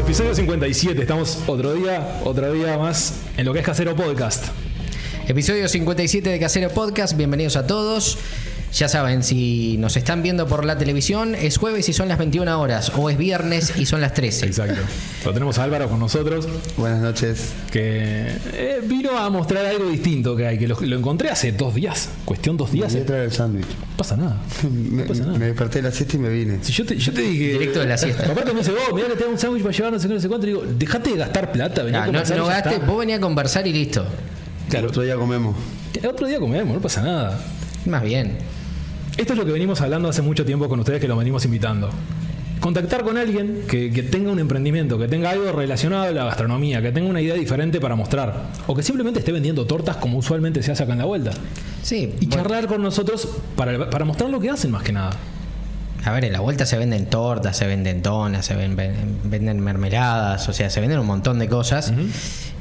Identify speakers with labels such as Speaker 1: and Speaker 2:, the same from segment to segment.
Speaker 1: Episodio 57, estamos otro día, otra día más en lo que es Casero Podcast.
Speaker 2: Episodio 57 de Casero Podcast, bienvenidos a todos. Ya saben, si nos están viendo por la televisión, es jueves y son las 21 horas, o es viernes y son las 13.
Speaker 1: Exacto. Lo tenemos a Álvaro con nosotros,
Speaker 3: Buenas noches.
Speaker 1: que eh, vino a mostrar algo distinto que hay, que lo, lo encontré hace dos días, cuestión dos
Speaker 3: Me
Speaker 1: días.
Speaker 3: voy a
Speaker 1: No
Speaker 3: traer el sándwich.
Speaker 1: pasa nada.
Speaker 3: Me,
Speaker 1: pasa nada.
Speaker 3: me desperté de la siesta y me vine.
Speaker 1: Si yo, te, yo te dije.
Speaker 2: Directo de la siesta.
Speaker 1: Mi Papá me dice, oh, mirá, que te hago un sándwich para llevar, no sé qué, no sé cuánto. Y digo, dejate de gastar plata, vení a
Speaker 2: Ah, no,
Speaker 1: conversar y
Speaker 2: no
Speaker 1: ya
Speaker 2: gastes,
Speaker 1: está".
Speaker 2: vos venía a conversar y listo.
Speaker 1: Claro,
Speaker 3: Otro día comemos.
Speaker 1: otro día comemos, no pasa nada.
Speaker 2: Más bien.
Speaker 1: Esto es lo que venimos hablando hace mucho tiempo con ustedes que lo venimos invitando. Contactar con alguien que, que tenga un emprendimiento, que tenga algo relacionado a la gastronomía, que tenga una idea diferente para mostrar, o que simplemente esté vendiendo tortas como usualmente se hace acá en la vuelta.
Speaker 2: Sí,
Speaker 1: Y
Speaker 2: bueno,
Speaker 1: charlar con nosotros para, para mostrar lo que hacen más que nada.
Speaker 2: a ver, en la vuelta se venden tortas, se venden donas, se ven- ven- venden mermeladas, o sea, se venden un montón de cosas.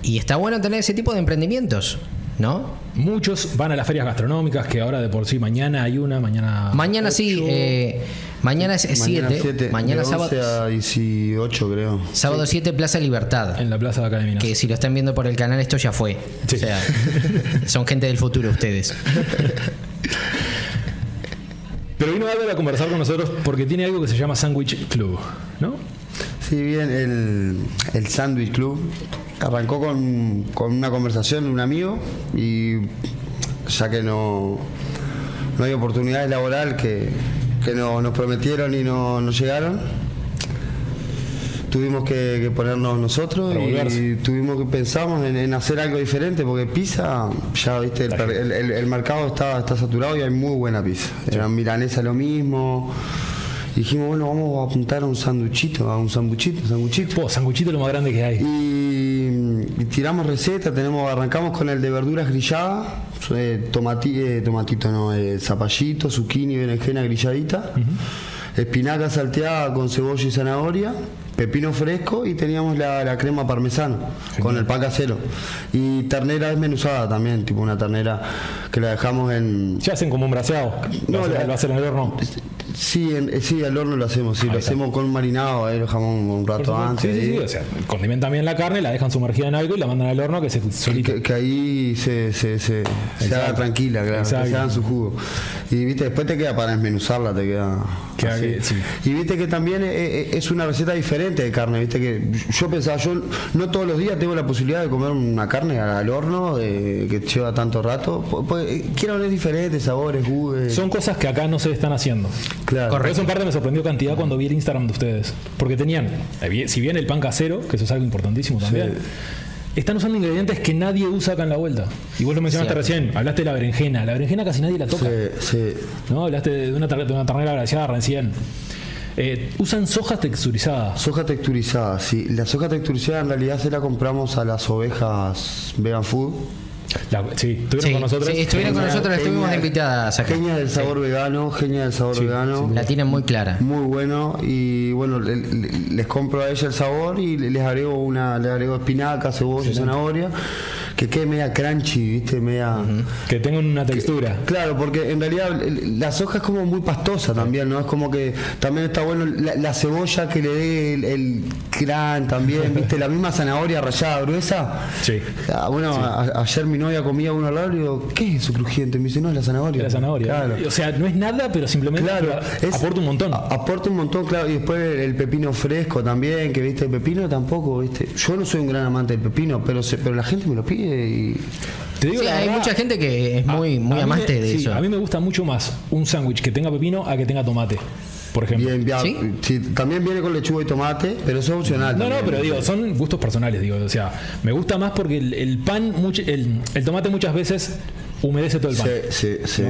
Speaker 2: Y está bueno tener ese tipo de emprendimientos, ¿no?
Speaker 1: Muchos van a las ferias gastronómicas, que ahora de por sí mañana hay una, mañana...
Speaker 2: Mañana sí,
Speaker 1: ocho.
Speaker 2: eh, mañana es 7,
Speaker 3: Mañana
Speaker 2: mañana,
Speaker 3: siete, de
Speaker 2: sábado,
Speaker 3: 11 a 18 creo.
Speaker 2: sábado 7, Plaza Libertad.
Speaker 1: En la Plaza de Academia.
Speaker 2: Que si lo están viendo por el canal, esto ya fue.
Speaker 1: Sí.
Speaker 2: O sea, son gente del futuro ustedes.
Speaker 1: Pero vino Álvaro a conversar con nosotros porque tiene algo que se llama Sandwich Club, ¿no?
Speaker 3: Sí, bien, el, el Sandwich Club arrancó con, con una conversación de un amigo y ya que no, no hay oportunidades laboral que, que no- nos prometieron y no, no llegaron, tuvimos que, que ponernos nosotros
Speaker 1: Revolverse.
Speaker 3: y tuvimos que pensamos en, en hacer algo diferente porque pizza, ya viste, el, per- el- el- el mercado está, está saturado y hay muy buena pizza. Era milanesa lo mismo. Dijimos, bueno, vamos a apuntar a un sanduchito, a un sambuchito, un sanguchito.
Speaker 1: Po, sanguchito lo más grande que hay.
Speaker 3: Y, y tiramos recetas, tenemos, arrancamos con el de verduras grilladas, eh, tomati- eh, tomatito, no, eh, zapallito, zucchini, berenjena grilladita, espinaca salteada con cebolla y zanahoria, pepino fresco y teníamos la, la crema parmesano con el pan casero. Y ternera desmenuzada también, tipo una ternera que la dejamos en,
Speaker 1: Se hacen como un braseado. Lo,
Speaker 3: No,
Speaker 1: hacen-
Speaker 3: la-
Speaker 1: lo hacen al horno.
Speaker 3: Sí, en- eh, sí, al horno lo hacemos, sí, lo
Speaker 1: está.
Speaker 3: hacemos con marinado, eh, lo jamón un
Speaker 1: Por
Speaker 3: rato
Speaker 1: supuesto.
Speaker 3: antes.
Speaker 1: Sí, sí, sí,
Speaker 3: ahí.
Speaker 1: O sea, condimentan bien la carne, la dejan sumergida en algo y la mandan al horno que se solita.
Speaker 3: que, que ahí se, se, se, se
Speaker 1: Exacto.
Speaker 3: haga tranquila, claro, que se
Speaker 1: Exacto.
Speaker 3: hagan su jugo. Y viste, después te queda para desmenuzarla, te queda.
Speaker 1: Queda
Speaker 3: así.
Speaker 1: que- sí.
Speaker 3: Y viste que también eh, eh, es una receta diferente de carne, viste que yo pensaba, yo no todos los días tengo la posibilidad de comer una carne al horno eh, que lleva tanto rato. Pu- pu- eh, Quiero ver diferentes sabores, jugos.
Speaker 1: Son cosas que acá no se están haciendo.
Speaker 3: claro.
Speaker 1: Por eso en parte me sorprendió cantidad cuando vi el Instagram de ustedes. Porque tenían, eh, bien- si bien el pan casero, que eso es algo importantísimo también, están usando ingredientes que nadie usa acá en la vuelta. Y vos lo mencionaste recién, hablaste de la berenjena. La berenjena casi nadie la toca.
Speaker 3: Sí, sí.
Speaker 1: ¿no? Hablaste de una, tar- de una ternera glaciada recién. Eh, usan sojas texturizadas.
Speaker 3: Soja texturizada, sí. La soja texturizada en realidad se la compramos a las ovejas vegan food.
Speaker 1: La- sí, estuvieron
Speaker 2: Sí,
Speaker 1: con nosotros.
Speaker 2: sí, estuvieron con nosotros, las tuvimos
Speaker 3: Genial.
Speaker 2: invitadas acá.
Speaker 3: Genia del sabor vegano, genia del sabor vegano.
Speaker 2: La tienen muy clara.
Speaker 3: Muy bueno y bueno, le- le- les compro a ella el sabor y le- les agrego una les agrego espinaca, cebolla, zanahoria, que quede media crunchy, ¿viste? Media
Speaker 1: Que tengan una textura.
Speaker 3: Claro, porque en realidad el- la soja es como muy pastosa también, ¿no? Es como que también está bueno la, la cebolla que le dé el, el crán también, ¿viste? La misma zanahoria rallada gruesa.
Speaker 1: Sí.
Speaker 3: Ah, bueno, a- ayer mi novia comía uno al lado y digo, ¿qué es eso crujiente? Me dice, no, es la zanahoria.
Speaker 1: La zanahoria.
Speaker 3: Claro.
Speaker 1: O sea, no es nada, pero simplemente
Speaker 3: Claro,
Speaker 1: a-
Speaker 3: es-
Speaker 1: aporta un montón.
Speaker 3: A- Aporta un montón, claro. Y después el, el pepino fresco también, que viste, el pepino tampoco, viste. Yo no soy un gran amante del pepino, pero, se- pero la gente me lo pide y.
Speaker 1: Te digo
Speaker 2: Sí,
Speaker 1: la
Speaker 2: hay
Speaker 1: verdad,
Speaker 2: mucha gente que es
Speaker 1: a-
Speaker 2: muy, muy
Speaker 1: a mí
Speaker 2: amante
Speaker 1: me-
Speaker 2: de
Speaker 1: sí,
Speaker 2: eso.
Speaker 1: A mí me gusta mucho más un sándwich que tenga pepino a que tenga tomate, por ejemplo.
Speaker 3: Bien, bien.
Speaker 2: ¿Sí?
Speaker 3: Sí, también viene con lechuga y tomate, pero eso es opcional.
Speaker 1: No, no,
Speaker 3: también.
Speaker 1: pero digo, son gustos personales, digo. O sea, me gusta más porque el, el pan, much- el, el tomate muchas veces humedece todo el pan.
Speaker 3: Sí, sí, sí.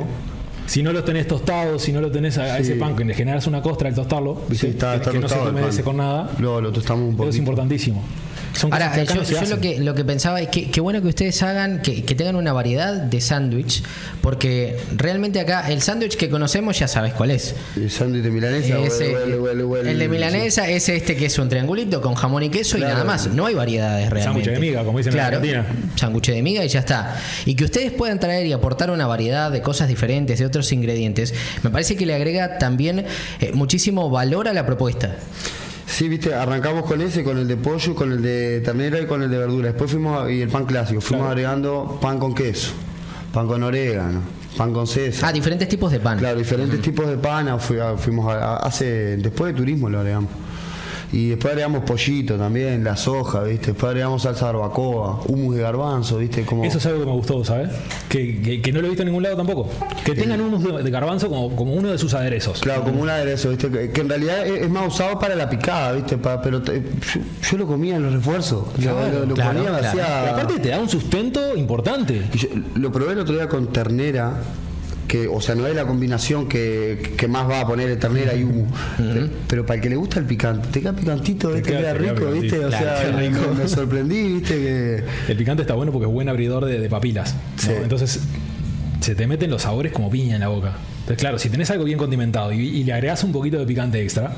Speaker 1: Si no lo tenés tostado, si no lo tenés a, a ese
Speaker 3: Sí.
Speaker 1: pan que le generas una costra al tostarlo,
Speaker 3: Sí,
Speaker 1: ¿viste?
Speaker 3: está,
Speaker 1: que,
Speaker 3: está
Speaker 1: que no se
Speaker 3: tostado
Speaker 1: te
Speaker 3: el
Speaker 1: humedece
Speaker 3: pan.
Speaker 1: con nada,
Speaker 3: Luego lo tostamos un
Speaker 1: eso es
Speaker 3: poquito.
Speaker 1: importantísimo. Son cosas
Speaker 2: Ahora,
Speaker 1: que acá
Speaker 2: yo,
Speaker 1: no se
Speaker 2: yo
Speaker 1: hacen.
Speaker 2: lo, que, lo que pensaba es que qué bueno que ustedes hagan, que, que tengan una variedad de sándwich, porque realmente acá el sándwich que conocemos ya sabes cuál es.
Speaker 3: El sándwich de milanesa.
Speaker 2: Ese-
Speaker 3: huele, huele, huele,
Speaker 2: este, el de milanesa es este que es un triangulito con jamón y queso y
Speaker 3: Claro.
Speaker 2: nada más. No hay variedades realmente.
Speaker 1: Sándwich de miga, como dicen en
Speaker 2: claro,
Speaker 1: Argentina.
Speaker 2: Sándwich de miga y ya está. Y que ustedes puedan traer y aportar una variedad de cosas diferentes, de otros ingredientes, me parece que le agrega también eh, muchísimo valor a la propuesta.
Speaker 3: Sí, viste, arrancamos con ese, con el de pollo, con el de ternera y con el de verdura. Después fuimos, a- y el pan clásico, fuimos agregando pan con queso, pan con orégano, pan con
Speaker 2: Ah,
Speaker 3: césar.
Speaker 2: diferentes tipos de pan.
Speaker 3: Claro, diferentes tipos de pan, ah, fui- ah, fuimos a- a- hace, después de turismo lo agregamos. Y después agregamos pollito también, la soja, viste, después agregamos salsa de barbacoa, humus de garbanzo, viste, como...
Speaker 1: Eso es algo que me gustó, ¿sabes? Que, que- que no lo he visto en ningún lado tampoco. Que tengan humus de, de garbanzo como, como uno de sus aderezos.
Speaker 3: Claro, como un aderezo, ¿viste? Que, que en realidad e, es, es más usado para la picada, ¿viste? Pa- pero te- yo, yo lo comía en los refuerzos. Lo- lo, lo
Speaker 2: claro,
Speaker 3: ponía
Speaker 2: claro.
Speaker 3: vaciada.
Speaker 1: Pero aparte te da un sustento importante.
Speaker 3: Y yo- lo probé el otro día con ternera, que, o sea, no es la combinación que, que más va a poner ternera y humo. Pe- Pero para el que le gusta el picante, te queda picantito, ¿viste?
Speaker 1: queda-
Speaker 3: Queda,
Speaker 1: te queda
Speaker 3: rico,
Speaker 1: picantito.
Speaker 3: ¿viste? O
Speaker 2: Claro,
Speaker 3: sea,
Speaker 2: queda
Speaker 3: me-
Speaker 1: rico.
Speaker 3: Me, sorprendí, ¿viste? Que,
Speaker 1: El picante está bueno porque es buen abridor de, de papilas. ¿no?
Speaker 3: Sí.
Speaker 1: Entonces se te meten los sabores como piña en la boca. Entonces, claro, si tenés algo bien condimentado y, y le agregás un poquito de picante extra,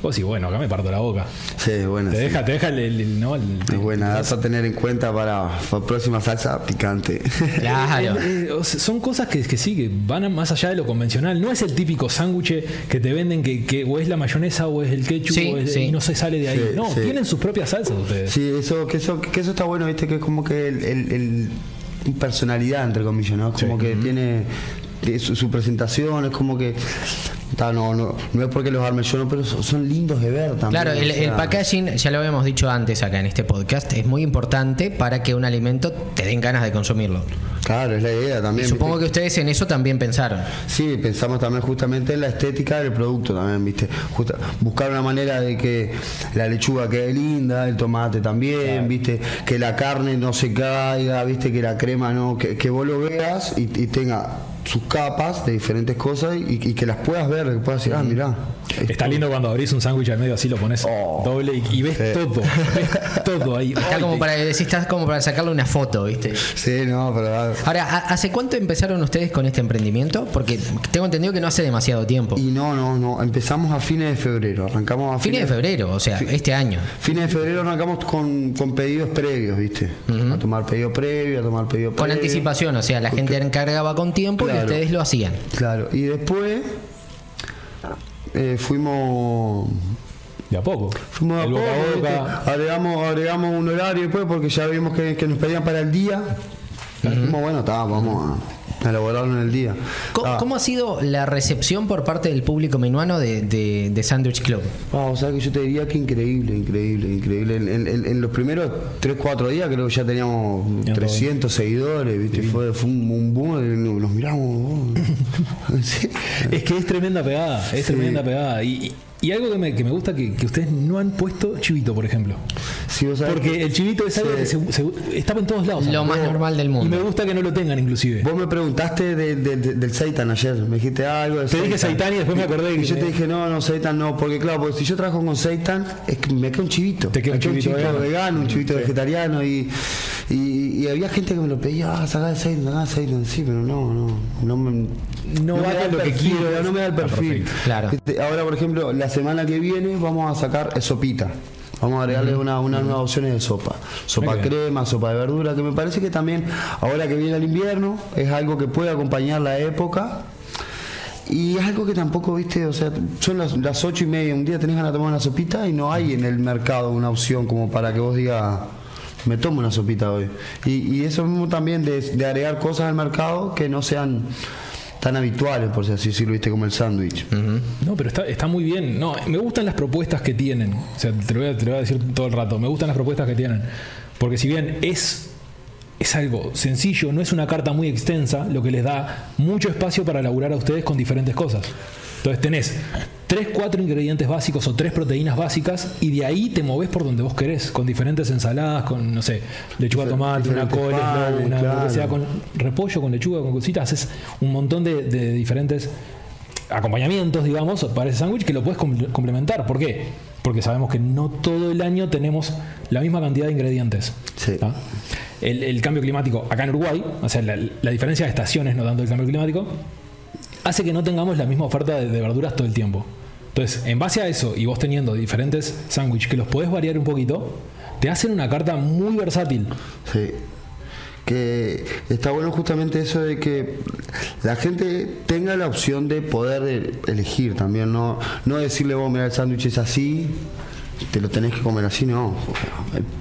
Speaker 1: vos sí, bueno, acá me parto la boca.
Speaker 3: sí, bueno.
Speaker 1: Te
Speaker 3: sí.
Speaker 1: deja, te deja el, el- el- ¿no? El-
Speaker 3: Es buena, vas a tener en cuenta para, para próxima salsa picante.
Speaker 2: Claro.
Speaker 1: Eh, eh, o sea, son cosas que, que sí, que van a- más allá de lo convencional. No es el típico sándwich que te venden que, que o es la mayonesa o es el ketchup
Speaker 2: Sí,
Speaker 1: o es-
Speaker 2: sí.
Speaker 1: y no se sale de ahí.
Speaker 3: Sí,
Speaker 1: no,
Speaker 3: sí.
Speaker 1: tienen sus propias salsas ustedes.
Speaker 3: Sí, eso, que eso, que eso está bueno, viste, que es como que el, el- el- personalidad entre comillas, ¿no? Es como que tiene tiene su, su presentación, es como que está, no, no, no es porque los arme yo, no, pero son, son lindos de ver también.
Speaker 2: Claro,
Speaker 3: o
Speaker 2: el, el
Speaker 3: sea.
Speaker 2: packaging, ya lo habíamos dicho antes acá en este podcast, es muy importante para que un alimento te den ganas de consumirlo.
Speaker 3: Claro, es la idea también.
Speaker 2: Supongo
Speaker 3: ¿viste?
Speaker 2: que ustedes en eso también pensaron.
Speaker 3: Sí, pensamos también justamente en la estética del producto también, viste. Justa- buscar una manera de que la lechuga quede linda, el tomate también, viste, que la carne no se caiga, viste, que la crema no, que, que vos lo veas y, y tenga sus capas de diferentes cosas y, y que las puedas ver, que puedas decir, ah, mirá.
Speaker 1: Está lindo cuando abrís un sándwich al medio así, lo pones
Speaker 3: Oh.
Speaker 1: doble y, y ves
Speaker 3: Sí.
Speaker 1: todo. Ves todo ahí.
Speaker 2: Está
Speaker 1: Ay,
Speaker 2: como
Speaker 1: te-
Speaker 2: para, decís, estás como para sacarle una foto, ¿viste?
Speaker 3: Sí, no, pero ah,
Speaker 2: Ahora, ¿ha- ¿hace cuánto empezaron ustedes con este emprendimiento? Porque tengo entendido que no hace demasiado tiempo.
Speaker 3: y no, no, no, empezamos a fines de febrero, arrancamos a
Speaker 2: Fines de febrero, o sea, este año.
Speaker 3: Fines de febrero arrancamos con, con pedidos previos, ¿viste? A tomar pedido previo, a tomar pedido
Speaker 2: Con
Speaker 3: previo.
Speaker 2: anticipación, o sea, la gente encargaba con tiempo y
Speaker 3: Eh, Claro.
Speaker 2: ustedes lo hacían.
Speaker 3: Claro, y después eh, fuimos
Speaker 1: De a poco.
Speaker 3: fuimos de a
Speaker 1: El boca
Speaker 3: poco,
Speaker 1: a
Speaker 3: ¿viste?
Speaker 1: boca.
Speaker 3: agregamos, agregamos un horario después porque ya vimos que, que nos pedían para el día. Dijimos, bueno, está, vamos a, a elaborarlo en el día.
Speaker 2: ¿Cómo,
Speaker 3: Ah,
Speaker 2: cómo ha sido la recepción por parte del público minuano de, de, de Sandwich Club?
Speaker 3: ah, o sea que yo te diría que increíble, increíble, increíble. En, en- en- en los primeros 3, 4 días creo que ya teníamos
Speaker 1: Ya
Speaker 3: 300 seguidores, ¿viste? Fue, fue un, un boom, nos miramos. oh. Sí.
Speaker 1: Es que es tremenda pegada, es tremenda pegada. Y, y- y algo que me, que me gusta que, que ustedes no han puesto chivito, por ejemplo.
Speaker 3: Sí, vos sabés que-
Speaker 1: Porque el chivito es algo
Speaker 3: Sí.
Speaker 1: que se- se- estaba en todos lados.
Speaker 2: Lo más normal del mundo.
Speaker 1: Y me gusta que no lo tengan, inclusive.
Speaker 3: Vos me preguntaste de- de- de- del Seitan ayer, me dijiste algo. del
Speaker 1: Te dije Seitan y después me acordé
Speaker 3: Y
Speaker 1: que-
Speaker 3: yo te dije, no, no, Seitan no, porque claro, porque si yo trabajo con Seitan, es que me queda un chivito.
Speaker 1: Te queda un
Speaker 3: Me
Speaker 1: chivito
Speaker 3: vegano,
Speaker 1: vegano.
Speaker 3: un chivito vegetariano y, y, y había gente que me lo pedía, ah, sacá el Seitan, sacá el Seitan, sí, pero no, no, no me.
Speaker 1: No va
Speaker 3: me da
Speaker 1: con
Speaker 3: el
Speaker 1: lo que
Speaker 3: perfil,
Speaker 1: quiero.
Speaker 3: No me da el
Speaker 1: Está
Speaker 3: perfil.
Speaker 1: perfecto.
Speaker 2: Claro.
Speaker 3: Este, Ahora, por ejemplo, la semana que viene vamos a sacar eh, sopita. Vamos a agregarle una, una nueva opción de sopa. Sopa
Speaker 1: Muy bien.
Speaker 3: crema, sopa de verdura, que me parece que también, ahora que viene el invierno, es algo que puede acompañar la época. Y es algo que tampoco, viste, o sea, son las, las ocho y media, un día tenés ganas de tomar una sopita y no hay en el mercado una opción como para que vos digas, me tomo una sopita hoy. Y, y eso mismo también de, de agregar cosas al mercado que no sean tan habituales, por así decirlo, viste, como el sándwich.
Speaker 1: No, pero está, está muy bien. No, me gustan las propuestas que tienen. O sea, te lo, voy a, te lo voy a decir todo el rato. Me gustan las propuestas que tienen. Porque si bien es, es algo sencillo, no es una carta muy extensa, lo que les da mucho espacio para laburar a ustedes con diferentes cosas. Entonces tenés tres, cuatro ingredientes básicos o tres proteínas básicas y de ahí te moves por donde vos querés, con diferentes ensaladas, con, no sé, lechuga, tomate, una
Speaker 3: diferentes
Speaker 1: col,
Speaker 3: panes,
Speaker 1: una
Speaker 3: claro.
Speaker 1: hamburguesa con repollo, con lechuga, con cositas. Haces un montón de- de diferentes acompañamientos, digamos, para ese sándwich que lo puedes complementar. ¿Por qué? porque sabemos que no todo el año tenemos la misma cantidad de ingredientes.
Speaker 3: Sí.
Speaker 1: ¿tá? El, el cambio climático acá en Uruguay, o sea, la, la diferencia de estaciones, no tanto el cambio climático, hace que no tengamos la misma oferta de, de verduras todo el tiempo. Entonces, en base a eso, y vos teniendo diferentes sándwiches que los podés variar un poquito, te hacen una carta muy versátil.
Speaker 3: Sí. Que está bueno justamente eso de que la gente tenga la opción de poder e- elegir también, no, no decirle vos, mira, el sándwich es así, te lo tenés que comer así, no.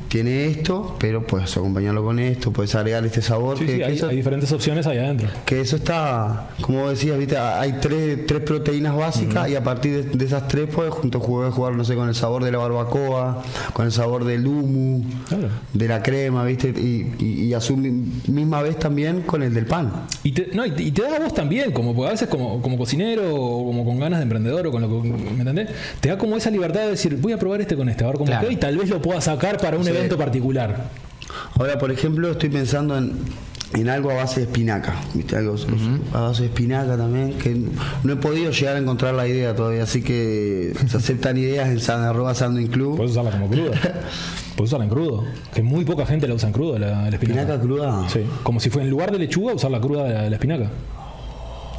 Speaker 3: Tiene esto, pero puedes acompañarlo con esto, puedes agregar este sabor.
Speaker 1: Sí,
Speaker 3: que-
Speaker 1: sí,
Speaker 3: que
Speaker 1: hay,
Speaker 3: eso-
Speaker 1: hay diferentes opciones ahí adentro.
Speaker 3: que eso está, como vos decías, ¿viste? hay tres, tres proteínas básicas y a partir de, de esas tres puedes junto jugar, jugar, no sé, con el sabor de la barbacoa, con el sabor del humu,
Speaker 1: Claro.
Speaker 3: de la crema, ¿viste? Y, y, y a su mi- misma vez también con el del pan.
Speaker 1: Y te, no, y te, y te da a vos también, como porque a veces como, como cocinero o como con ganas de emprendedor o con lo que, ¿me entendés? Te da como esa libertad de decir, voy a probar este con este, a ver cómo
Speaker 2: Claro.
Speaker 1: queda y tal vez lo pueda sacar para un
Speaker 3: Sí.
Speaker 1: evento particular.
Speaker 3: Ahora, por ejemplo, estoy pensando en, en algo a base de espinaca, ¿viste? Algo a base de espinaca también, que no he podido llegar a encontrar la idea todavía, así que se aceptan ideas en san, arroba Sanduin Club.
Speaker 1: Puedes usarla como cruda. Puedes usarla en crudo. Que muy poca gente la usa en crudo, la, la espinaca.
Speaker 3: espinaca cruda.
Speaker 1: Sí. Como si fuera en lugar de lechuga, usar la cruda de la, de la espinaca.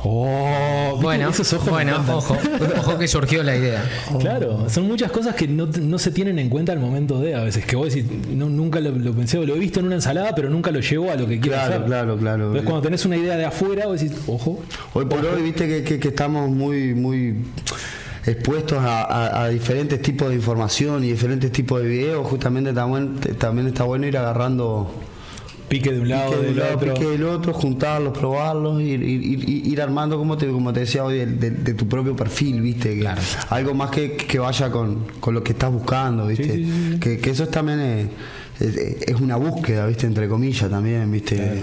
Speaker 1: Oh,
Speaker 2: Bueno,
Speaker 1: esos ojos me
Speaker 2: bueno,
Speaker 1: encantan.
Speaker 2: ojo, ojo que surgió la idea.
Speaker 3: Oh.
Speaker 1: Claro, son muchas cosas que no, no se tienen en cuenta al momento de a veces. Que vos decís, no, nunca lo, lo pensé, o lo he visto en una ensalada, pero nunca lo llevo a lo que quiero
Speaker 3: Claro,
Speaker 1: hacer.
Speaker 3: claro, claro.
Speaker 1: Entonces, cuando tenés una idea de afuera, vos decís, ojo,
Speaker 3: Hoy por hoy, viste que, que- que estamos muy, muy expuestos a, a- a diferentes tipos de información y diferentes tipos de videos. Justamente también, también está bueno ir agarrando
Speaker 1: pique de un lado,
Speaker 3: pique de
Speaker 1: del
Speaker 3: un lado,
Speaker 1: otro.
Speaker 3: pique del otro, juntarlos, probarlos, ir, ir- ir- ir- ir armando, como te, como te decía hoy, el- de, de tu propio perfil, viste. Que
Speaker 2: Claro.
Speaker 3: Algo más que, que vaya con, con lo que estás buscando, viste.
Speaker 1: sí, sí, sí.
Speaker 3: Que, que eso también es, es- es una búsqueda, viste, entre comillas también, viste.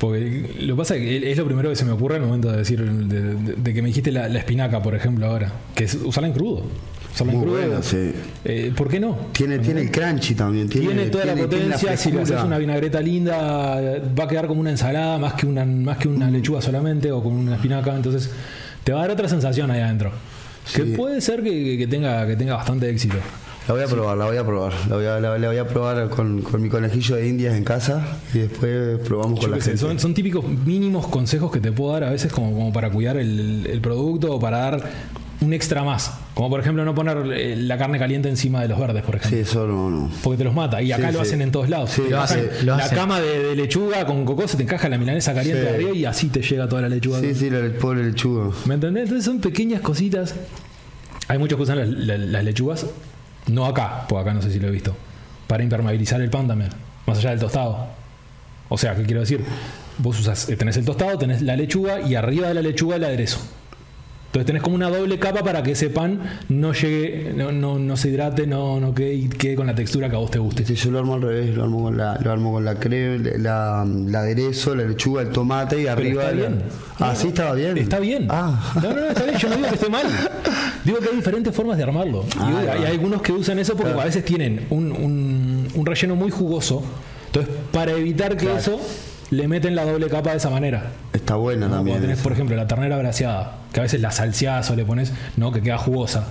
Speaker 1: Porque lo que pasa es que es lo primero que se me ocurre al momento de decir, de, de- de que me dijiste la, la espinaca, por ejemplo, ahora, que es usarla en crudo. Usarla en
Speaker 3: Muy
Speaker 1: crudo.
Speaker 3: bueno, sí.
Speaker 1: Eh, ¿Por qué no?
Speaker 3: Tiene, tiene el crunchy también. Tiene,
Speaker 1: Tiene, toda la
Speaker 3: tiene- tiene
Speaker 1: potencia, si le haces
Speaker 3: frescura.
Speaker 1: una vinagreta linda, va a quedar como una ensalada más que una, más que una lechuga solamente o con una espinaca, entonces te va a dar otra sensación ahí adentro.
Speaker 3: Sí.
Speaker 1: Que puede ser que, que tenga, que tenga bastante éxito.
Speaker 3: La voy a probar, la voy a probar. La voy a, la, la voy a probar con, con mi conejillo de indias en casa y después probamos
Speaker 1: Yo
Speaker 3: con la
Speaker 1: qué sé,
Speaker 3: gente.
Speaker 1: son, son típicos mínimos consejos que te puedo dar a veces como, como para cuidar el, el producto o para dar un extra más. Como por ejemplo no poner eh, la carne caliente encima de los verdes, por ejemplo.
Speaker 3: Sí, eso no, no.
Speaker 1: Porque te los mata. Y acá
Speaker 3: Sí,
Speaker 1: lo
Speaker 3: sí.
Speaker 1: hacen en todos lados.
Speaker 3: Sí,
Speaker 1: Te
Speaker 3: lo
Speaker 1: encajan
Speaker 3: hace,
Speaker 2: lo
Speaker 1: la
Speaker 2: hace.
Speaker 1: cama de, de lechuga con coco se te encaja la milanesa caliente
Speaker 3: Sí.
Speaker 1: arriba y así te llega toda la lechuga.
Speaker 3: Sí, sí, la- el pobre lechuga.
Speaker 1: ¿Me entendés? Entonces son pequeñas cositas. Hay muchos que usan las, la- las lechugas. No acá, porque acá no sé si lo he visto. Para impermeabilizar el pan también. Más allá del tostado. O sea, ¿qué quiero decir? Vos usás, eh, tenés el tostado, tenés la lechuga y arriba de la lechuga el aderezo. Entonces tenés como una doble capa para que ese pan no llegue, no, no, no se hidrate, no, no quede, y quede con la textura que a vos te guste.
Speaker 3: Este, yo lo armo al revés, lo armo con la, lo armo con la crema, la, la aderezo, la lechuga, el tomate y arriba.
Speaker 1: está
Speaker 3: la-
Speaker 1: bien.
Speaker 3: Ah, sí, estaba bien.
Speaker 1: Está bien.
Speaker 3: Ah,
Speaker 1: No, no, no, está bien. Yo no digo que esté mal. Digo que hay diferentes formas de armarlo. Y
Speaker 3: Ah,
Speaker 1: hay,
Speaker 3: ahí va.
Speaker 1: hay algunos que usan eso porque a veces tienen un, un- un relleno muy jugoso. Entonces, para evitar que eso, le meten la doble capa de esa manera.
Speaker 3: está buena
Speaker 1: Cuando
Speaker 3: también.
Speaker 1: tenés, por ejemplo, la ternera braseada, que a veces la salseás o le pones, no, que queda jugosa.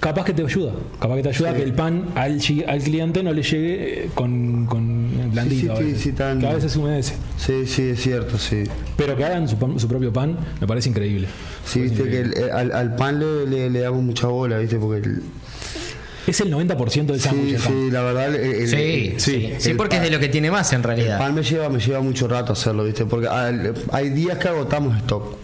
Speaker 1: Capaz que te ayuda, capaz que te ayuda a que el pan al, chi- al cliente no le llegue eh, con, con
Speaker 3: sí,
Speaker 1: blandito. a
Speaker 3: sí,
Speaker 1: veces.
Speaker 3: sí, tan-
Speaker 1: Que a veces humedece.
Speaker 3: Sí, sí, es cierto, sí.
Speaker 1: Pero que hagan su, pan- su propio pan me parece increíble.
Speaker 3: Sí, viste que el- eh, al, al pan le, le, le damos mucha bola, viste, porque el-
Speaker 1: Es el 90% del sándwich.
Speaker 3: Sí,
Speaker 1: el pan.
Speaker 3: sí, la verdad. el- el-
Speaker 2: Sí,
Speaker 3: el-
Speaker 2: sí. Sí,
Speaker 3: el
Speaker 2: porque es de lo que tiene más en
Speaker 3: El
Speaker 2: realidad.
Speaker 3: pan me lleva, me lleva mucho rato hacerlo, ¿viste? Porque al- hay días que agotamos stock.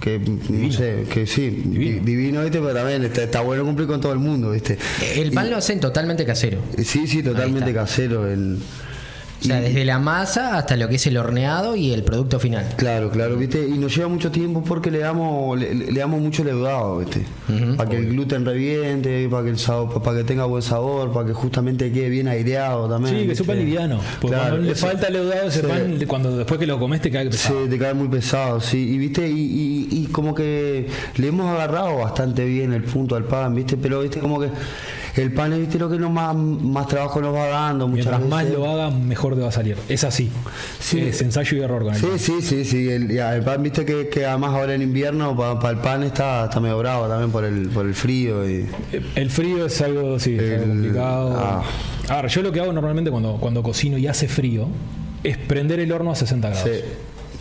Speaker 3: Que no sé, que sí, di- divino, ¿viste? Pero también está, está bueno cumplir con todo el mundo, ¿viste? Eh,
Speaker 2: El pan lo hacen totalmente casero.
Speaker 3: Sí, sí, totalmente casero. el-
Speaker 2: O sea, desde la masa hasta lo que es el horneado y el producto final.
Speaker 3: Claro, claro, ¿viste? Y nos lleva mucho tiempo porque le damos, le, le- le damos mucho leudado, ¿viste? para que el gluten reviente, para que el sabor, para que tenga buen sabor, para que justamente quede bien aireado también.
Speaker 1: Sí, que es un pan
Speaker 3: ¿viste?
Speaker 1: liviano. Porque
Speaker 3: Claro,
Speaker 1: cuando le
Speaker 3: eso-
Speaker 1: falta leudado ese
Speaker 3: sí.
Speaker 1: pan, le- cuando después que lo comes te cae
Speaker 3: Sí,
Speaker 1: pesado.
Speaker 3: te cae muy pesado, sí. Y viste, y, y- y como que le hemos agarrado bastante bien el punto al pan, viste, pero viste, como que el pan es, viste, lo que nos más, más trabajo nos va dando. Muchas
Speaker 1: Mientras más
Speaker 3: veces.
Speaker 1: lo haga, mejor te va a salir. Es así.
Speaker 3: Sí.
Speaker 1: Es ensayo y error con el
Speaker 3: Sí,
Speaker 1: pan.
Speaker 3: sí, sí, sí. El, ya, el pan, viste que, que además ahora en invierno para el pan está, está medio bravo también por el, por el frío. Y,
Speaker 1: El frío es algo, sí, es algo
Speaker 3: El-
Speaker 1: complicado.
Speaker 3: ah.
Speaker 1: A ver, yo lo que hago normalmente cuando, cuando cocino y hace frío es prender el horno a 60 grados.
Speaker 3: sí.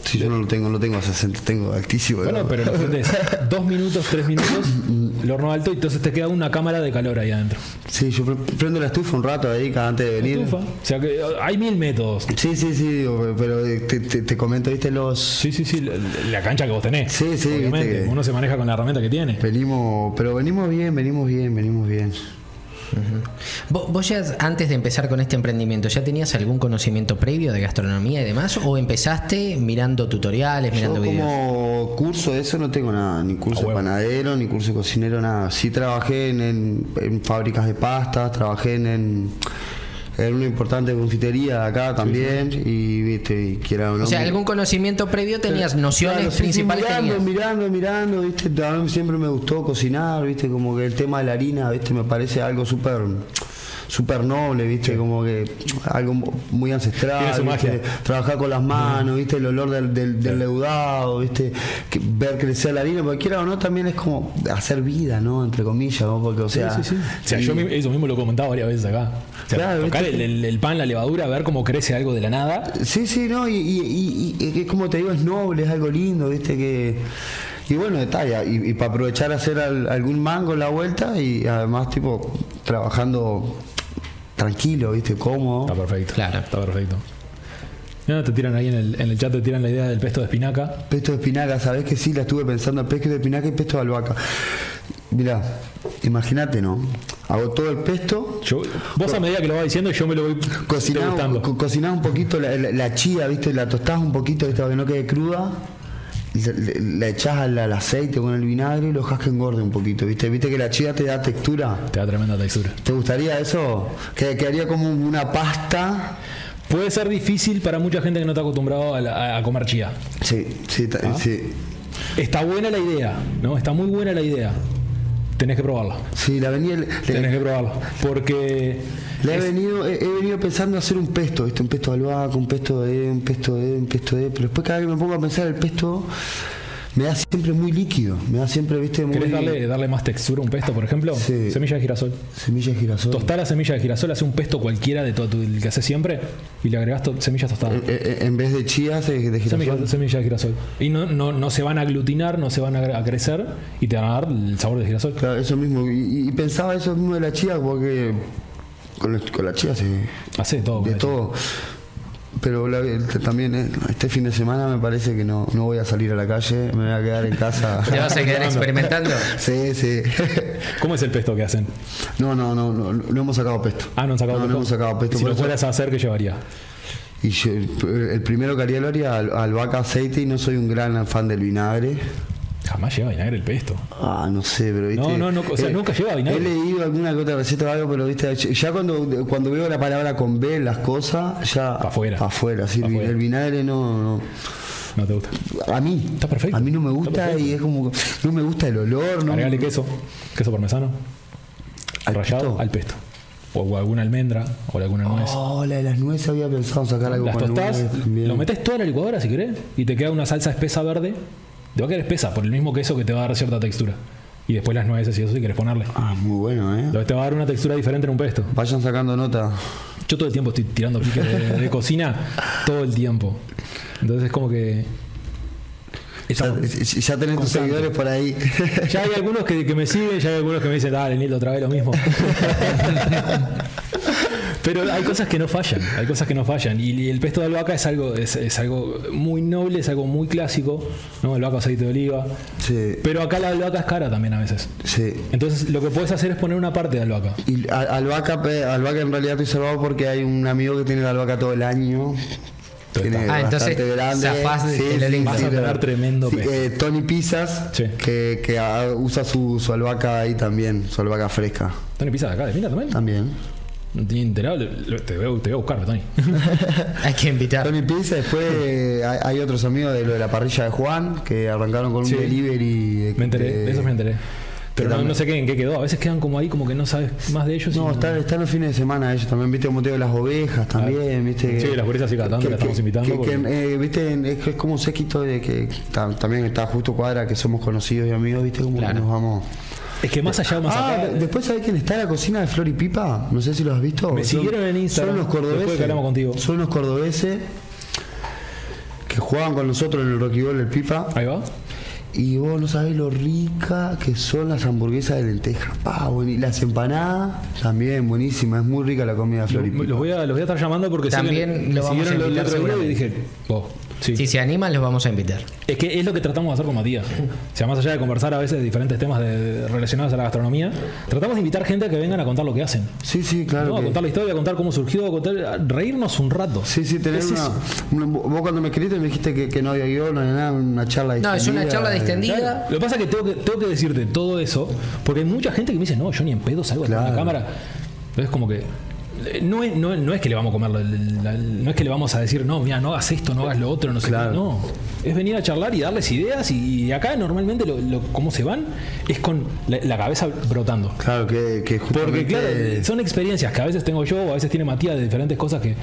Speaker 3: Sí, yo no lo tengo, no tengo a 60, tengo altísimo.
Speaker 1: Bueno,
Speaker 3: ¿no?
Speaker 1: pero lo prendes dos minutos, tres minutos, el horno alto, y entonces te queda una cámara de calor ahí adentro.
Speaker 3: Sí, yo pre- prendo la estufa un rato ahí cada antes de venir.
Speaker 1: Estufa. O sea que eh, hay mil métodos.
Speaker 3: Sí, sí, sí, digo, pero eh, te, te- te comento, viste, los.
Speaker 1: Sí, sí, sí, la, la cancha que vos tenés.
Speaker 3: Sí, sí,
Speaker 1: Obviamente,
Speaker 3: viste que-
Speaker 1: uno se maneja con la herramienta que tiene.
Speaker 3: Venimos, pero venimos bien, venimos bien, venimos bien.
Speaker 2: ¿Vo- ¿Vos ya antes de empezar con este emprendimiento ya tenías algún conocimiento previo de gastronomía y demás? ¿O empezaste mirando tutoriales,
Speaker 3: Yo
Speaker 2: mirando videos?
Speaker 3: como curso de eso no tengo nada, ni curso
Speaker 1: A
Speaker 3: de
Speaker 1: huevo.
Speaker 3: panadero, ni curso de cocinero, nada. Sí trabajé en, en- en fábricas de pastas, trabajé en, en, en una importante confitería de acá también, y viste, y quiera no.
Speaker 2: O sea,
Speaker 3: mi-
Speaker 2: algún conocimiento previo tenías, nociones
Speaker 3: Claro, sí, sí,
Speaker 2: principales
Speaker 3: mirando,
Speaker 2: tenías.
Speaker 3: mirando, mirando, viste, también siempre me gustó cocinar, viste, como que el tema de la harina, viste, me parece algo súper súper noble, viste, como que algo muy ancestral,
Speaker 1: Tiene su
Speaker 3: ¿viste?
Speaker 1: magia.
Speaker 3: trabajar con las manos, viste, el olor del, del- del leudado, viste, que- ver crecer la harina, porque quiera o no, también es como hacer vida, ¿no? Entre comillas, ¿no? Porque, o
Speaker 1: Sí,
Speaker 3: sea,
Speaker 1: sí, sí. O sea,
Speaker 3: y-
Speaker 1: yo mi- eso mismo lo he comentado varias veces acá. O sea,
Speaker 3: Claro,
Speaker 1: tocar el,
Speaker 3: viste.
Speaker 1: el- el pan, la levadura, ver cómo crece algo de la nada.
Speaker 3: Sí, sí, no, y, y- y- y- y es como te digo, es noble, es algo lindo, viste que... Y bueno, está, y, y, para aprovechar a hacer al- algún mango en la vuelta y además tipo trabajando tranquilo, viste,
Speaker 1: Está
Speaker 3: cómodo.
Speaker 1: perfecto.
Speaker 2: Claro.
Speaker 1: Está perfecto. No, te tiran ahí en el, en el chat, te tiran la idea del pesto de espinaca.
Speaker 3: Pesto de espinaca, sabés que sí, la estuve pensando, pesto de espinaca y pesto de albahaca. Mirá, imagínate, ¿no? Hago todo el pesto,
Speaker 1: Yo, vos a medida que lo vas diciendo, yo me lo voy
Speaker 3: cocinás
Speaker 1: degustando.
Speaker 3: co- cocinás un poquito la, la- la chía, ¿viste? La tostás un poquito, ¿viste? Para que no quede cruda. Le- le- La, echás al, al aceite con el vinagre y lo dejás que engorde un poquito, ¿viste? ¿Viste que la chía te da textura?
Speaker 1: Te da tremenda textura.
Speaker 3: ¿Te gustaría eso? Que quedaría como una pasta.
Speaker 1: Puede ser difícil para mucha gente que no está acostumbrado a, la- a comer chía.
Speaker 3: Sí, sí, ta-
Speaker 1: ¿Ah?
Speaker 3: sí.
Speaker 1: Está buena la idea, ¿no? Está muy buena la idea. Tenés que probarla.
Speaker 3: Sí, la venía, le,
Speaker 1: Tenés que probarla. Porque
Speaker 3: le he, venido, he, he venido pensando hacer un pesto, ¿viste? Un pesto de albahaca, un pesto de, un pesto de, un pesto de. Pero después cada vez que me pongo a pensar el pesto me da siempre muy líquido. Me da siempre, ¿viste? Muy,
Speaker 1: querés darle, darle más textura a un pesto, por ejemplo.
Speaker 3: Sí.
Speaker 1: Semilla de girasol.
Speaker 3: Semilla de girasol.
Speaker 1: Tostar la semilla de girasol, hace un pesto cualquiera de todo el que haces siempre y le agregás to- semillas tostadas.
Speaker 3: Eh, eh, En vez de chía, se de
Speaker 1: Semilla,
Speaker 3: girasol.
Speaker 1: semilla de girasol. Y no, no, no se van a aglutinar, no se van a, a crecer y te van a dar el sabor de girasol.
Speaker 3: Claro, eso mismo. Y, y pensaba eso mismo de la chía, porque con, la- con la chía se.
Speaker 1: Hace de todo. con
Speaker 3: de
Speaker 1: la
Speaker 3: todo. Pero la- este, también eh, este fin de semana me parece que no, no voy a salir a la calle, me voy a quedar en casa.
Speaker 2: ¿Te vas a quedar experimentando?
Speaker 3: sí, sí.
Speaker 1: chica. ¿Cómo es el pesto que hacen?
Speaker 3: No, no, no, no, no hemos sacado pesto.
Speaker 1: Ah, no han sacado
Speaker 3: No,
Speaker 1: pesto.
Speaker 3: no hemos sacado pesto.
Speaker 1: Si
Speaker 3: por
Speaker 1: lo
Speaker 3: eso-
Speaker 1: fueras a hacer, ¿qué llevaría?
Speaker 3: Y yo, el primero que haría lo haría al- albahaca aceite y no soy un gran fan del vinagre.
Speaker 1: Jamás lleva vinagre el pesto.
Speaker 3: Ah, no sé, pero viste. eh,
Speaker 1: No, no, no, o sea, nunca lleva vinagre.
Speaker 3: He leído alguna que otra receta o algo, pero viste, ya cuando, cuando veo la palabra con B, en las cosas, ya.
Speaker 1: Pa' afuera.
Speaker 3: pa' afuera, sí,
Speaker 1: Pa'
Speaker 3: el vi-
Speaker 1: afuera.
Speaker 3: el vinagre no, no.
Speaker 1: No te gusta.
Speaker 3: A mí.
Speaker 1: Está perfecto.
Speaker 3: A mí no me
Speaker 1: Está
Speaker 3: gusta
Speaker 1: perfecto.
Speaker 3: y es como. No me gusta el olor, ¿no?
Speaker 1: Agregale queso, queso parmesano,
Speaker 3: ¿Al
Speaker 1: rallado
Speaker 3: pesto?
Speaker 1: al pesto. O alguna almendra o alguna nuez.
Speaker 3: Oh, la de las nueces había pensado sacar algo
Speaker 1: Las
Speaker 3: con
Speaker 1: tostás,
Speaker 3: nuez también.
Speaker 1: lo metes todo en la licuadora si querés y te queda una salsa espesa verde. Te va a quedar espesa por el mismo queso que te va a dar cierta textura. Y después las nueces y eso si querés ponerle.
Speaker 3: Ah, muy bueno, ¿eh?
Speaker 1: Lo que te va a dar una textura diferente en un pesto.
Speaker 3: Vayan sacando nota.
Speaker 1: Yo todo el tiempo estoy tirando piques de, de cocina, todo el tiempo. Entonces es como que...
Speaker 3: Ya,
Speaker 1: estamos-
Speaker 3: ya tenés tus
Speaker 1: Constante.
Speaker 3: seguidores por ahí.
Speaker 1: Ya hay algunos que, que me siguen, ya hay algunos que me dicen, dale, Nildo, otra vez lo mismo. Pero hay cosas que no fallan, hay cosas que no fallan. Y, el pesto de albahaca es algo, es, es algo muy noble, es algo muy clásico, ¿no? Albahaca, aceite de oliva.
Speaker 3: sí,
Speaker 1: Pero acá la albahaca es cara también a veces.
Speaker 3: sí.
Speaker 1: Entonces lo que puedes hacer es poner una parte de albahaca.
Speaker 3: Y a- albahaca, pe- albahaca en realidad estoy salvado porque hay un amigo que tiene la albahaca todo el año. Tiene
Speaker 1: Ah,
Speaker 3: bastante
Speaker 2: entonces
Speaker 3: grande.
Speaker 2: zafás de- de la lista.
Speaker 1: Vas a tener
Speaker 3: claro.
Speaker 1: tremendo
Speaker 3: Sí,
Speaker 1: peso.
Speaker 3: eh, Tony Pizzas,
Speaker 1: Sí.
Speaker 3: que, que, ah, usa su, su albahaca ahí también, su albahaca fresca.
Speaker 1: Tony, pisa de acá, de mira también.
Speaker 3: También.
Speaker 1: No tiene enterable. Lo- Te voy, a- te voy a buscar, Tony.
Speaker 2: Hay que invitar.
Speaker 3: Tony Pizza, después eh, hay, hay otros amigos de lo de la parrilla de Juan que arrancaron con un
Speaker 1: Sí.
Speaker 3: delivery. de-
Speaker 1: Me enteré,
Speaker 3: de-
Speaker 1: de eso me enteré. Pero no, no sé qué, en qué quedó. A veces quedan como ahí, como que no sabes más de ellos. y
Speaker 3: No, están está los fines de semana ellos también, viste como te digo, las ovejas también, viste.
Speaker 1: Sí, las ovejas sí, cada tanto
Speaker 3: que-
Speaker 1: las estamos
Speaker 3: que-
Speaker 1: invitando
Speaker 3: que-
Speaker 1: porque-
Speaker 3: que, eh, viste, en- es, es como un séquito de que ta- también está justo cuadra, que somos conocidos y amigos, viste, como que
Speaker 2: Claro.
Speaker 3: nos vamos.
Speaker 1: Es que más allá, más
Speaker 3: ah,
Speaker 1: acá.
Speaker 3: de- después sabés quién está en la cocina de Flor y Pipa, no sé si lo has visto.
Speaker 1: Me
Speaker 3: Son-
Speaker 1: siguieron en Instagram,
Speaker 3: Son unos
Speaker 1: después
Speaker 3: cordobeses.
Speaker 1: que hablamos contigo.
Speaker 3: Son unos cordobeses que jugaban con nosotros en el Rocky Ball el Pipa.
Speaker 1: Ahí va.
Speaker 3: Y vos no sabés lo rica que son las hamburguesas de lenteja. Pa, buen- y las empanadas también, buenísimas. Es muy rica la comida floripa.
Speaker 1: Los voy, a, los voy a estar llamando porque sé que
Speaker 2: También
Speaker 1: me-
Speaker 2: lo
Speaker 1: me
Speaker 2: vamos a
Speaker 1: siguieron el
Speaker 2: invitar
Speaker 1: otro día y
Speaker 2: seguramente.
Speaker 1: dije, oh, sí.
Speaker 2: Si se animan, los vamos a invitar.
Speaker 1: Es que es lo que tratamos de hacer con Matías. O sea, más allá de conversar a veces de diferentes temas de- relacionados a la gastronomía, tratamos de invitar gente a que vengan a contar lo que hacen.
Speaker 3: Sí, sí, claro.
Speaker 1: ¿no? A
Speaker 3: que-
Speaker 1: contar la historia, a contar cómo surgió, a contar, a reírnos un rato.
Speaker 3: Sí, sí, tenés
Speaker 1: Es
Speaker 3: una,
Speaker 1: eso.
Speaker 3: una- Vos cuando me escribiste me dijiste que, que no había guión, no había nada, una charla
Speaker 2: No,
Speaker 3: distendida.
Speaker 2: es una charla
Speaker 3: eh,
Speaker 2: distendida.
Speaker 1: Lo que pasa es que tengo, que tengo que decirte todo eso, porque hay mucha gente que me dice, no, yo ni en pedo salgo con la
Speaker 3: Claro.
Speaker 1: cámara. Entonces, como que. eh, No es, no, es- no es que le vamos a comer, la- la- la- no es que le vamos a decir, no, mira, no hagas esto, no hagas lo otro, no sé
Speaker 3: Claro.
Speaker 1: qué. No, es venir a charlar y darles ideas. Y, y acá normalmente, lo, lo- cómo se van, es con la, la cabeza brotando.
Speaker 3: Claro, que, que
Speaker 1: Porque,
Speaker 3: justamente-
Speaker 1: claro, son experiencias que a veces tengo yo, o a veces tiene Matías de diferentes cosas que,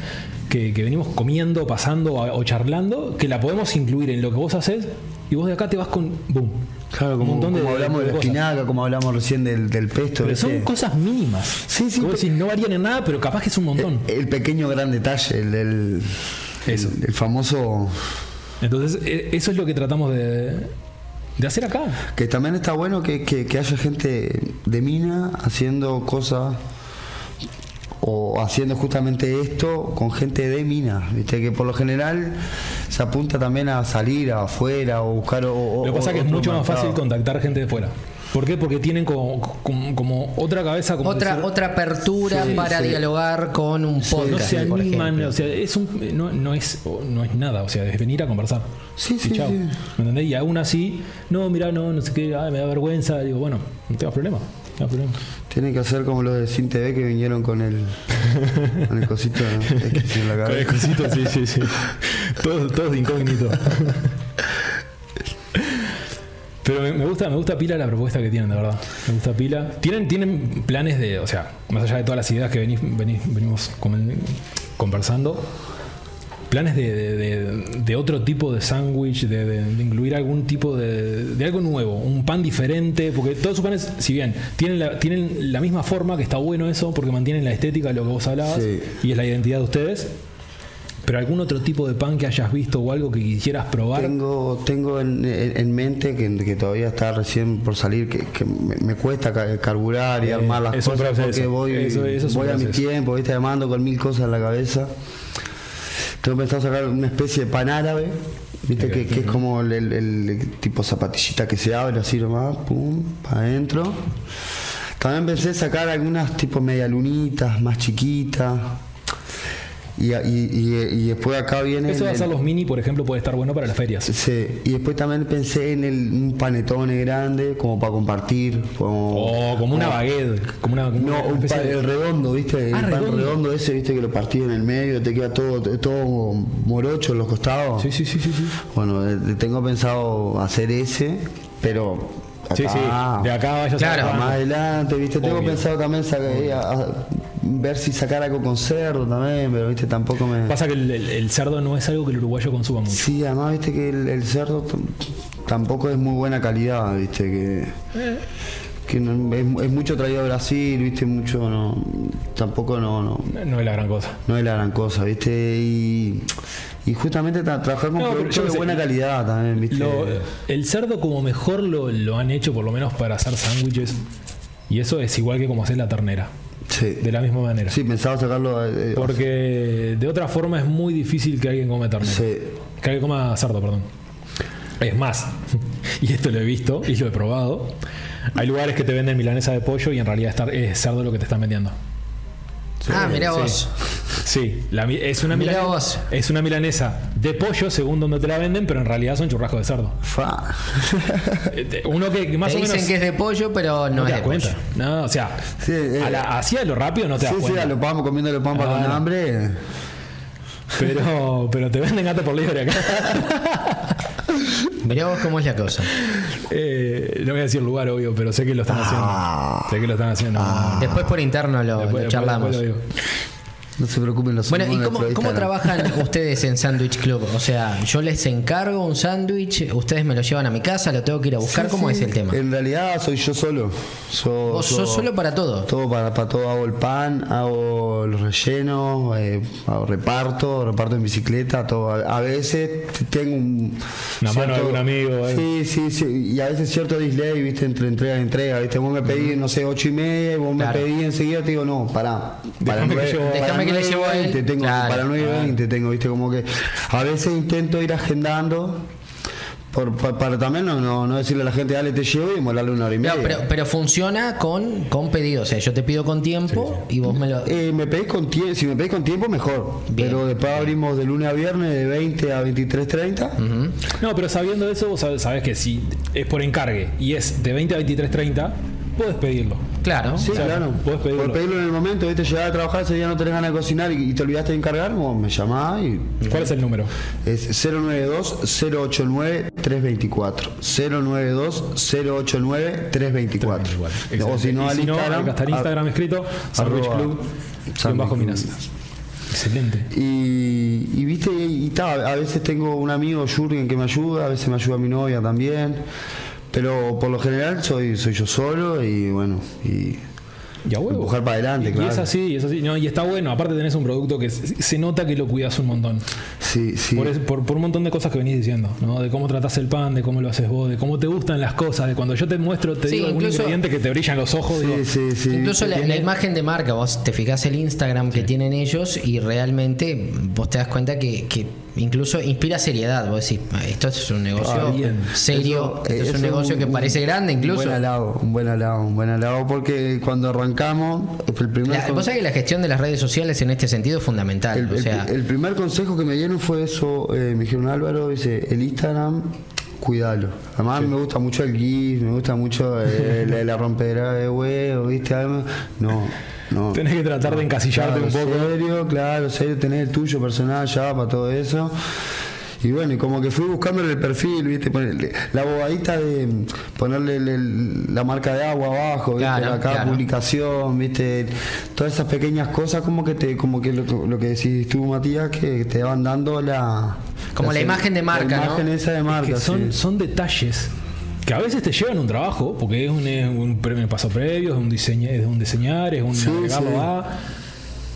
Speaker 1: que- que venimos comiendo, pasando o o charlando, que la podemos incluir en lo que vos haces y vos de acá te vas con boom.
Speaker 3: Claro, como, como hablamos de la
Speaker 1: cosas.
Speaker 3: espinaca, como hablamos recién del, del pesto.
Speaker 1: Pero son
Speaker 3: ¿viste?
Speaker 1: cosas mínimas.
Speaker 3: Sí, sí,
Speaker 1: Que vos
Speaker 3: pero- Eh,
Speaker 1: decís, no varían en nada, pero capaz que es un montón.
Speaker 3: el pequeño gran detalle, el del.
Speaker 1: Eso.
Speaker 3: El, el famoso.
Speaker 1: Entonces, e- eso es lo que tratamos de, de hacer acá.
Speaker 3: Que también está bueno que, que- que haya gente de mina haciendo cosas o haciendo justamente esto con gente de mina, ¿viste? que por lo general se apunta también a salir afuera o buscar o, o-
Speaker 1: Lo que pasa es que es
Speaker 3: otro
Speaker 1: mucho más
Speaker 3: mercado.
Speaker 1: fácil contactar gente de fuera. ¿Por qué? Porque tienen como, como- como otra cabeza. Como
Speaker 2: Otra,
Speaker 1: decir-
Speaker 2: otra apertura
Speaker 3: Sí,
Speaker 2: para
Speaker 3: sí.
Speaker 2: dialogar con un
Speaker 1: no
Speaker 2: podcast.
Speaker 1: se
Speaker 2: por
Speaker 1: animan,
Speaker 2: ejemplo.
Speaker 1: o sea, es un, no, no es, no es nada, o sea, es venir a conversar.
Speaker 3: Sí,
Speaker 1: Y
Speaker 3: sí,
Speaker 1: chau.
Speaker 3: sí.
Speaker 1: ¿Me entendés? Y aún así, no, mirá, no, no sé qué, ay, me da vergüenza. Digo, bueno, no tengas problema, no tengas problema.
Speaker 3: Tiene que hacer como los de Sin TV que vinieron con el, con el cosito X en la cabeza.
Speaker 1: cositas, sí, sí, sí. Todos, todos de incógnito. Pero me, me gusta, me gusta pila la propuesta que tienen, de verdad. Me gusta pila. Tienen, tienen planes de, o sea, más allá de todas las ideas que venís- venís- venimos comen- conversando, planes de, de- de- de otro tipo de sándwich, de, de- de incluir algún tipo de, de algo nuevo, un pan diferente, porque todos sus panes, si bien tienen la, tienen la misma forma, que está bueno eso, porque mantienen la estética, de lo que vos hablabas,
Speaker 3: Sí.
Speaker 1: y es la identidad de ustedes. Pero algún otro tipo de pan que hayas visto o algo que quisieras probar.
Speaker 3: Tengo, tengo en, en- en mente que, que todavía está recién por salir, que, que me, me cuesta ca- carburar y
Speaker 1: Eh,
Speaker 3: armar las
Speaker 1: es un
Speaker 3: cosas
Speaker 1: proceso.
Speaker 3: porque voy,
Speaker 1: Eso- eso es un
Speaker 3: voy a mi
Speaker 1: proceso.
Speaker 3: tiempo, ¿viste? Armando con mil cosas en la cabeza. Tengo pensado sacar una especie de pan árabe, ¿viste? Que, que es como el, el- el tipo zapatillita que se abre así nomás, pum, para adentro. También pensé sacar algunas tipo medialunitas más chiquitas. Y, a- y- y- y después acá viene.
Speaker 1: Eso de
Speaker 3: el-
Speaker 1: hacer los mini, por ejemplo, puede estar bueno para las ferias.
Speaker 3: Sí, y después también pensé en el, un panetone grande, como para compartir. Como,
Speaker 1: O como una baguette, como una, como
Speaker 3: No,
Speaker 1: una
Speaker 3: un
Speaker 1: especie
Speaker 3: pan,
Speaker 1: de-
Speaker 3: el redondo, ¿viste? El
Speaker 1: Ah,
Speaker 3: pan
Speaker 1: redondo.
Speaker 3: redondo. ese, ¿viste? Que lo partís en el medio, te queda todo, todo morocho en los costados.
Speaker 1: Sí, sí, sí, sí, sí.
Speaker 3: Bueno, eh, tengo pensado hacer ese, pero.
Speaker 1: Sí, sí,
Speaker 3: acá,
Speaker 1: de acá vayas
Speaker 2: Claro.
Speaker 1: a
Speaker 3: Más adelante, ¿viste? Tengo
Speaker 1: Obvio.
Speaker 3: pensado también saca- eh, a- a- ver si sacar algo con cerdo también, pero, ¿viste? Tampoco me.
Speaker 1: Pasa que el, el- el cerdo no es algo que el uruguayo consuma mucho.
Speaker 3: Sí, además viste que el, el cerdo t- tampoco es muy buena calidad, viste que, que no- es, es mucho traído a Brasil, viste mucho no tampoco no no,
Speaker 1: No es la gran cosa.
Speaker 3: no es la gran cosa, viste y, y justamente tra- trabajar con
Speaker 1: No, pero yo
Speaker 3: productos
Speaker 1: qué
Speaker 3: de
Speaker 1: sé,
Speaker 3: buena calidad también, viste.
Speaker 1: Lo- el cerdo como mejor lo, lo han hecho, por lo menos para hacer sándwiches. Y eso es igual que como hacer la ternera.
Speaker 3: sí.
Speaker 1: De la misma manera.
Speaker 3: Sí, pensaba sacarlo eh,
Speaker 1: Porque de otra forma es muy difícil que alguien come ternera.
Speaker 3: sí.
Speaker 1: Que alguien coma cerdo, perdón. Es más, y esto lo he visto y lo he probado. Hay lugares que te venden milanesa de pollo y en realidad es tar- es cerdo lo que te están vendiendo.
Speaker 2: ah, mirá
Speaker 1: sí.
Speaker 2: vos.
Speaker 1: Sí, la mi- es, una
Speaker 2: Mirá
Speaker 1: milanesa,
Speaker 2: vos.
Speaker 1: es una milanesa de pollo según donde te la venden, pero en realidad son churrascos de cerdo.
Speaker 3: Fa.
Speaker 1: Eh, te- Uno que más
Speaker 2: Te
Speaker 1: o
Speaker 2: dicen
Speaker 1: menos
Speaker 2: que es de pollo, pero no,
Speaker 1: no te
Speaker 2: es
Speaker 1: das
Speaker 2: de
Speaker 1: cuenta.
Speaker 2: pollo.
Speaker 1: No, o sea,
Speaker 3: Sí, eh,
Speaker 1: a la- así a lo rápido no te
Speaker 3: sí,
Speaker 1: das
Speaker 3: sí,
Speaker 1: cuenta.
Speaker 3: a lo pampa comiendo lo pampa con
Speaker 1: Claro.
Speaker 3: hambre.
Speaker 1: Pero, pero te venden gato por libre acá.
Speaker 2: Mirá vos cómo es la cosa.
Speaker 1: Eh, no voy a decir lugar, obvio, pero sé que lo están haciendo. sé que lo están haciendo.
Speaker 2: Después por interno lo,
Speaker 1: Ah. Después-
Speaker 2: lo
Speaker 1: después-
Speaker 2: charlamos.
Speaker 1: después lo digo.
Speaker 3: No se preocupen los
Speaker 2: Bueno, ¿y
Speaker 3: hormonas
Speaker 2: cómo,
Speaker 3: de
Speaker 2: cómo
Speaker 3: Instagram.
Speaker 2: trabajan ustedes en Sandwich Club? O sea, yo les encargo un sándwich, ustedes me lo llevan a mi casa, lo tengo que ir a buscar.
Speaker 3: Sí,
Speaker 2: ¿Cómo
Speaker 3: sí. Eh,
Speaker 2: es el tema?
Speaker 3: En realidad soy yo solo. Yo,
Speaker 2: Vos sos solo para todo.
Speaker 3: Todo para, para todo, hago el pan, hago los rellenos, eh, hago reparto, reparto en bicicleta, todo. A a veces t- tengo un.
Speaker 1: Una mano de algún amigo, eh.
Speaker 3: Sí, sí, sí. Y a veces cierto delay, viste, entre entrega y entrega, viste. Vos me pedís, no sé, ocho y media, y vos
Speaker 2: Claro.
Speaker 3: me pedís enseguida, te digo, no, pará. Para
Speaker 1: Déjame que
Speaker 3: nueve-
Speaker 1: llevo-
Speaker 3: para
Speaker 2: Déjame que le
Speaker 3: nueve
Speaker 2: llevo a él.
Speaker 3: veinte tengo,
Speaker 2: Claro.
Speaker 3: para 9.20 tengo, viste, como que. A veces intento ir agendando. por- pa- para, también no, no, no decirle a la gente, dale, te llevo y molarle una hora y media.
Speaker 2: Claro, pero, pero funciona con, con pedido. O sea, yo te pido con tiempo y vos me lo.
Speaker 3: Eh, me pedís con tiempo, si me pedís con tiempo mejor.
Speaker 2: Bien.
Speaker 3: Pero después abrimos de lunes a viernes de 20 a 23.30.
Speaker 1: No, pero sabiendo eso, vos sab- sabés que si es por encargue y es de 20 a 23.30, podés pedirlo.
Speaker 2: Claro.
Speaker 3: Sí,
Speaker 1: O sea,
Speaker 3: claro.
Speaker 1: podés pedirlo.
Speaker 3: en el momento, viste, llegás a trabajar, ese día no tenés ganas de cocinar y, y te olvidaste de encargar, vos me llamás y
Speaker 1: ¿Cuál es el número?
Speaker 3: es 092 089 324. 092 089 324. O si no
Speaker 1: Y
Speaker 3: al
Speaker 1: si no,
Speaker 3: Instagram.
Speaker 1: acá está el
Speaker 3: a-
Speaker 1: Instagram escrito, Sandwich
Speaker 3: arroba
Speaker 1: Club,
Speaker 3: Sandwich
Speaker 1: bajo
Speaker 3: Club.
Speaker 1: Minas. Excelente.
Speaker 3: Y, y viste, y, y ta, a veces tengo un amigo, Jürgen, que me ayuda, a veces me ayuda mi novia también. Pero por lo general soy, soy yo solo y bueno, y
Speaker 1: Y a huevo.
Speaker 3: empujar para adelante,
Speaker 1: Y
Speaker 3: claro.
Speaker 1: es así, y es así. No, y está bueno. Aparte tenés un producto que se se nota que lo cuidas un montón.
Speaker 3: Sí, sí.
Speaker 1: Por, es- por- por un montón de cosas que venís diciendo, ¿no? De cómo tratás el pan, de cómo lo haces vos, de cómo te gustan las cosas, de cuando yo te muestro, te
Speaker 2: Sí,
Speaker 1: digo algún
Speaker 2: incluso-
Speaker 1: ingrediente que te brillan los ojos. digo,
Speaker 3: sí, sí, sí.
Speaker 2: Incluso la, la imagen de marca, vos te fijás el Instagram que tienen ellos y realmente vos te das cuenta que, que incluso inspira seriedad. Vos decís, esto es un negocio
Speaker 3: Ah, bien.
Speaker 2: serio,
Speaker 3: Eso- eh,
Speaker 2: esto es
Speaker 3: eso
Speaker 2: un negocio que
Speaker 3: un-
Speaker 2: parece grande
Speaker 3: Un
Speaker 2: incluso.
Speaker 3: buen halago, un buen halago, un buen halago, porque cuando arrancamos, el primer,
Speaker 2: La-
Speaker 3: con-
Speaker 2: vos sabés que la gestión de las redes sociales en este sentido es fundamental.
Speaker 3: el,
Speaker 2: o
Speaker 3: el-
Speaker 2: sea,
Speaker 3: el primer consejo que me dieron fue eso, eh, me dijeron Álvaro, dice, el Instagram, cuidalo. Además me gusta mucho el GIF, me gusta mucho eh, la, la rompedera de huevo, viste, Además, no, no.
Speaker 1: Tenés que tratar de encasillarte
Speaker 3: Claro,
Speaker 1: un poco.
Speaker 3: Serio, claro, serio, tenés el tuyo personal ya para todo eso. Y bueno, y como que fui buscándole el perfil, ¿viste? Ponerle- la bobadita de ponerle el- el- la marca de agua abajo, ¿viste?
Speaker 2: Claro,
Speaker 3: Acá,
Speaker 2: claro.
Speaker 3: publicación, ¿viste? Todas esas pequeñas cosas como que te como que lo, lo que decís tú, Matías, que te van dando la...
Speaker 2: Como la imagen de marca,
Speaker 3: La
Speaker 2: ¿no?
Speaker 3: imagen esa de
Speaker 1: que
Speaker 3: marca,
Speaker 1: son,
Speaker 3: sí.
Speaker 1: son detalles que a veces te llevan un trabajo, porque es un, es un pre- un paso previo, es un, diseño, es un diseñar, es un
Speaker 3: Sí,
Speaker 1: agregarlo
Speaker 3: sí.
Speaker 1: a.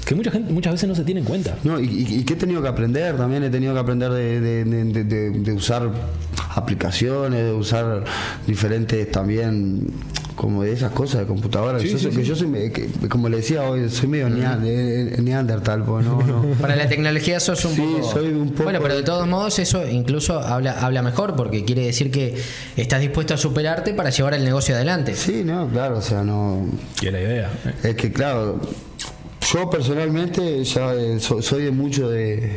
Speaker 1: Que mucha gente, muchas veces no se tiene en cuenta.
Speaker 3: No, y, y- y que he tenido que aprender también, he tenido que aprender de, de- de- de- de usar aplicaciones, de usar diferentes también como de esas cosas de computadora.
Speaker 1: Sí,
Speaker 3: yo,
Speaker 1: sí,
Speaker 3: soy- que yo soy me- que- como le decía hoy, soy medio nea- eh, neandertal, pues no, no.
Speaker 2: Para la tecnología sos un
Speaker 3: Sí,
Speaker 2: poco...
Speaker 3: soy un poco-
Speaker 2: Bueno, pero de todos modos eso incluso habla, habla mejor porque quiere decir que estás dispuesto a superarte para llevar el negocio adelante.
Speaker 3: Sí, no, claro, o sea, no.
Speaker 1: Y es la idea. ¿eh?
Speaker 3: Es que claro, yo personalmente ya eh, so- soy de mucho de,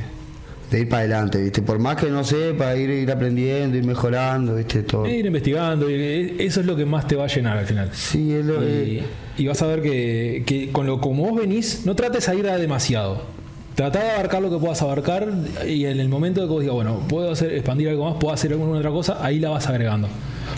Speaker 3: de ir para adelante, viste, por más que no sepa, ir, ir aprendiendo, ir mejorando, viste, todo.
Speaker 1: E ir investigando, y eh, eso es lo que más te va a llenar al final.
Speaker 3: Sí, es lo eh,
Speaker 1: Y,
Speaker 3: que.
Speaker 1: y vas a ver que, que con lo como vos venís, no trates a ir a demasiado. Tratá de abarcar lo que puedas abarcar y en el momento de que vos digas, bueno, puedo hacer, expandir algo más, puedo hacer alguna otra cosa, ahí la vas agregando.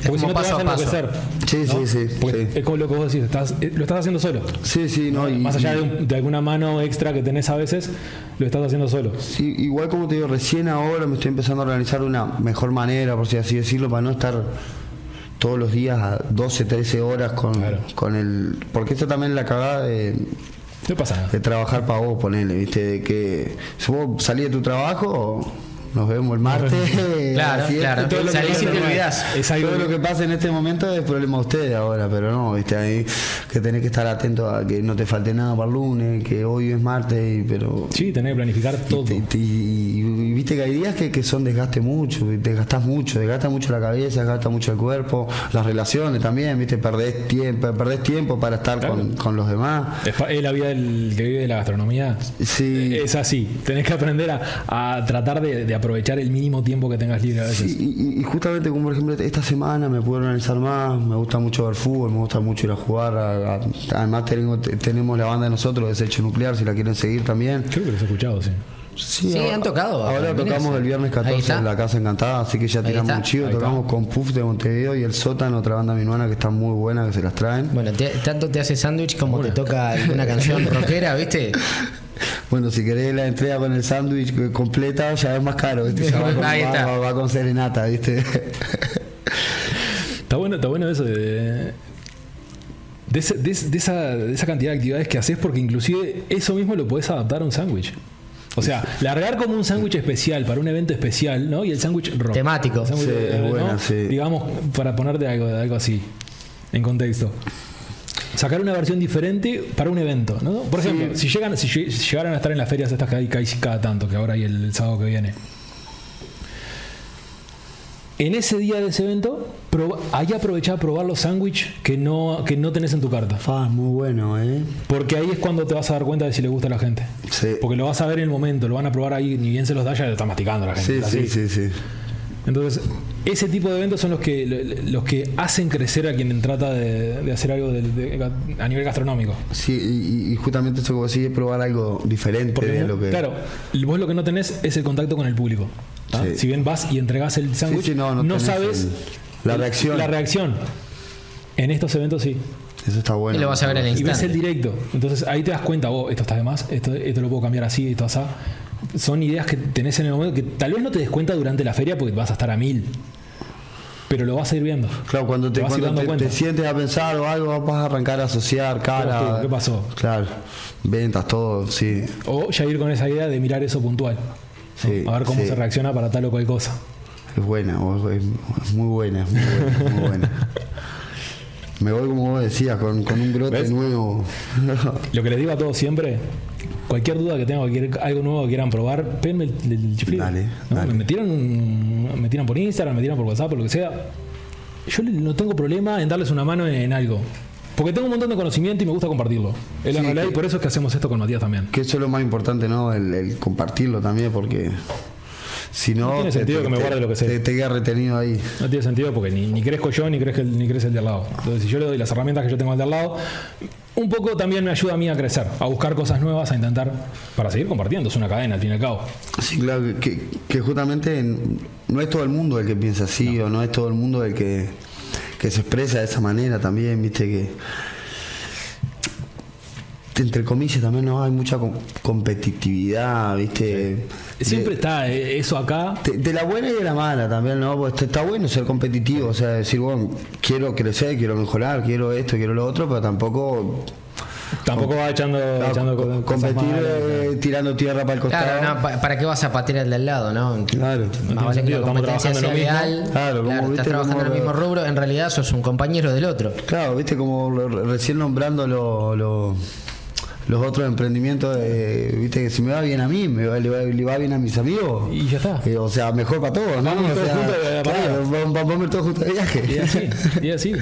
Speaker 1: Porque si no te
Speaker 2: como
Speaker 1: vas
Speaker 2: paso
Speaker 1: a
Speaker 2: a paso.
Speaker 1: enloquecer.
Speaker 3: Sí,
Speaker 1: ¿no? Pues
Speaker 3: sí, sí,
Speaker 1: Porque
Speaker 3: sí.
Speaker 1: Es como lo que vos decís, estás, eh, lo estás haciendo solo.
Speaker 3: Sí, sí, no. y-
Speaker 1: Más allá de,
Speaker 3: y-
Speaker 1: un- de alguna mano extra que tenés a veces, lo estás haciendo solo.
Speaker 3: sí, igual como te digo, recién ahora me estoy empezando a organizar de una mejor manera, por si así decirlo, para no estar todos los días a 12, 13 horas con,
Speaker 1: Claro.
Speaker 3: con el. Porque esa también es la cagada de,
Speaker 1: No pasa nada.
Speaker 3: de trabajar para vos, ponele, ¿viste? De que si vos salís de tu trabajo, nos vemos el martes.
Speaker 2: Claro,
Speaker 3: así es,
Speaker 2: claro.
Speaker 3: todo lo que
Speaker 2: Salís
Speaker 3: pasa
Speaker 2: y te
Speaker 3: en- este
Speaker 2: olvidás.
Speaker 1: Es algo-
Speaker 3: Todo lo que pasa en este momento es problema de ustedes ahora, pero no, viste, ahí que tenés que estar atento a que no te falte nada para el lunes, que hoy es martes, y- pero.
Speaker 1: Sí, tenés que planificar todo.
Speaker 3: Y, te- y- y- y viste que hay días que, que son desgaste mucho, que desgastas mucho, desgasta mucho la cabeza, desgasta mucho el cuerpo, las relaciones también, viste, perdés tiempo, perdés tiempo para estar
Speaker 1: Claro.
Speaker 3: con, con los demás.
Speaker 1: Es pa- es la vida del que vive de la gastronomía.
Speaker 3: Sí,
Speaker 1: Es así, tenés que aprender a, a tratar de, de aprovechar el mínimo tiempo que tengas libre a veces.
Speaker 3: sí, y, y- y justamente como por ejemplo esta semana me pude organizar más, me gusta mucho ver fútbol, me gusta mucho ir a jugar, a- a- además tengo- te- tenemos la banda de nosotros, Desecho Nuclear, si la quieren seguir también.
Speaker 1: Creo que los he escuchado, sí.
Speaker 2: Sí, han tocado.
Speaker 3: Ahora
Speaker 2: Miren
Speaker 3: tocamos
Speaker 2: eso.
Speaker 3: el viernes
Speaker 2: Ahí
Speaker 3: 14
Speaker 2: está.
Speaker 3: en La Casa Encantada, así que ya
Speaker 2: Ahí
Speaker 3: tiramos
Speaker 2: está.
Speaker 3: un chivo.
Speaker 1: Ahí está.
Speaker 3: Tocamos con Puff de Montevideo y El Sótano, otra banda minuana que está muy buena, que se las traen.
Speaker 2: Bueno, te- tanto te hace sándwich como te toca alguna canción rockera, ¿viste?
Speaker 3: Bueno, si querés la entrega con el sándwich eh, completa, ya es más caro. ¿viste? Ya va, con,
Speaker 2: Ahí
Speaker 3: va-
Speaker 2: está.
Speaker 3: va- va con serenata, ¿viste?
Speaker 1: Está bueno, está bueno eso de. De, ese- de ese- de esa, de esa cantidad de actividades que haces, porque inclusive eso mismo lo podés adaptar a un sándwich. O sea, largar como un sándwich especial para un evento especial, ¿no? Y el sándwich rock.
Speaker 2: Temático.
Speaker 1: El sándwich,
Speaker 3: Sí, es buena, sí.
Speaker 1: Digamos, para ponerte algo, algo así, en contexto. Sacar una versión diferente para un evento, ¿no? Por ejemplo, si llegan, si lleg- si llegaran a estar en las ferias estas que hay casi cada tanto, que ahora hay el, el sábado que viene. En ese día de ese evento, proba- ahí aprovechá a probar los sándwiches que no, que no tenés en tu carta.
Speaker 3: Fa, es muy bueno, ¿eh?
Speaker 1: Porque ahí es cuando te vas a dar cuenta de si le gusta a la gente.
Speaker 3: Sí.
Speaker 1: Porque lo vas a ver en el momento, lo van a probar ahí, ni bien se los da, ya lo está masticando la gente.
Speaker 3: Sí,
Speaker 1: está
Speaker 3: sí,
Speaker 1: así.
Speaker 3: sí, sí.
Speaker 1: Entonces, ese tipo de eventos son los que, los que hacen crecer a quien trata de, de hacer algo del- de- a nivel gastronómico.
Speaker 3: Sí, y, y- y justamente eso que vos decís es probar algo diferente
Speaker 1: Porque,
Speaker 3: de lo que.
Speaker 1: claro, vos lo que no tenés es el contacto con el público. ¿ah?
Speaker 3: Sí.
Speaker 1: Si bien vas y entregás el
Speaker 3: Sí,
Speaker 1: sándwich,
Speaker 3: sí, no,
Speaker 1: no,
Speaker 3: no tenés
Speaker 1: sabes
Speaker 3: el- la reacción.
Speaker 1: la reacción. En estos eventos sí.
Speaker 3: Eso está bueno.
Speaker 2: y lo vas a ver al
Speaker 1: Y ves el
Speaker 2: instante.
Speaker 1: directo. Entonces ahí te das cuenta, vos, esto está de más, esto, esto lo puedo cambiar así, esto así. Son ideas que tenés en el momento que tal vez no te des cuenta durante la feria porque vas a estar a mil. Pero lo vas a ir viendo.
Speaker 3: Claro, cuando te,
Speaker 1: vas a ir
Speaker 3: cuando
Speaker 1: dando
Speaker 3: te-
Speaker 1: cuenta.
Speaker 3: te sientes a pensar o algo, vas a arrancar a asociar cara.
Speaker 1: estuvo? ¿Qué pasó?
Speaker 3: Claro, ventas, todo, sí.
Speaker 1: O ya ir con esa idea de mirar eso puntual. ¿no?
Speaker 3: Sí,
Speaker 1: a ver cómo
Speaker 3: sí.
Speaker 1: se reacciona para tal o cual cosa.
Speaker 3: Es buena, o- es es muy buena, es muy buena, muy buena. Me voy, como vos decías, con, con un grote
Speaker 1: ¿Ves?
Speaker 3: nuevo.
Speaker 1: Lo que les digo a todos siempre, cualquier duda que tengan, cualquier algo nuevo que quieran probar, pédenme el, el chiflido.
Speaker 3: Dale, dale.
Speaker 1: Me, tiran, un- me tiran por Instagram, me tiran por WhatsApp, por lo que sea. Yo le- no tengo problema en darles una mano en, en algo. Porque tengo un montón de conocimiento y me gusta compartirlo. Es la
Speaker 3: Sí,
Speaker 1: realidad
Speaker 3: que-
Speaker 1: y por eso es que hacemos esto con Matías también.
Speaker 3: que eso es lo más importante, ¿no? El, el compartirlo también, porque si no.
Speaker 1: tiene sentido que me guarde lo que sé.
Speaker 3: Te, te queda retenido ahí.
Speaker 1: No tiene sentido porque ni, ni crezco yo ni crece, el, ni crece el de al lado. Entonces, si yo le doy las herramientas que yo tengo al de al lado, un poco también me ayuda a mí a crecer, a buscar cosas nuevas, a intentar para seguir compartiendo. Es una cadena, al fin y al cabo.
Speaker 3: Sí, claro, que- que, que justamente en- no es todo el mundo el que piensa así, o no es todo el mundo el que, que se expresa de esa manera también, viste que. Entre comillas también no hay mucha com- competitividad, viste.
Speaker 1: Siempre
Speaker 3: De-
Speaker 1: está eh, eso acá.
Speaker 3: de, de la buena y de la mala también, ¿no? Porque está, está bueno ser competitivo, o sea, decir, bueno, quiero crecer, quiero mejorar, quiero esto, quiero lo otro, pero tampoco
Speaker 1: Tampoco va echando,
Speaker 3: claro,
Speaker 1: echando
Speaker 3: co-
Speaker 1: co- cosas
Speaker 3: competir
Speaker 1: malas.
Speaker 3: eh, tirando tierra para el costado.
Speaker 2: Claro, no, pa- ¿para qué vas a patear al de al lado, no?
Speaker 3: Claro.
Speaker 1: tiene
Speaker 2: Más vale que
Speaker 1: sentido,
Speaker 2: la
Speaker 1: estamos
Speaker 2: competencia
Speaker 1: trabajando
Speaker 2: sea
Speaker 1: en lo
Speaker 2: leal.
Speaker 1: mismo.
Speaker 3: Claro, como viste,
Speaker 2: estás trabajando en el
Speaker 3: como-
Speaker 2: mismo rubro, en realidad sos un compañero del otro.
Speaker 3: Claro, viste como lo- re- recién nombrando lo- lo- los otros emprendimientos, eh, viste que si me va bien a mí, me va, le, va, le va bien a mis amigos.
Speaker 1: Y ya está.
Speaker 3: Eh, o sea, mejor para todos, ¿no?
Speaker 1: Vamos
Speaker 3: O
Speaker 1: todos
Speaker 3: sea,
Speaker 1: juntos de- de
Speaker 3: claro, vamos, vamos todos juntos de viaje.
Speaker 1: Y así, y así.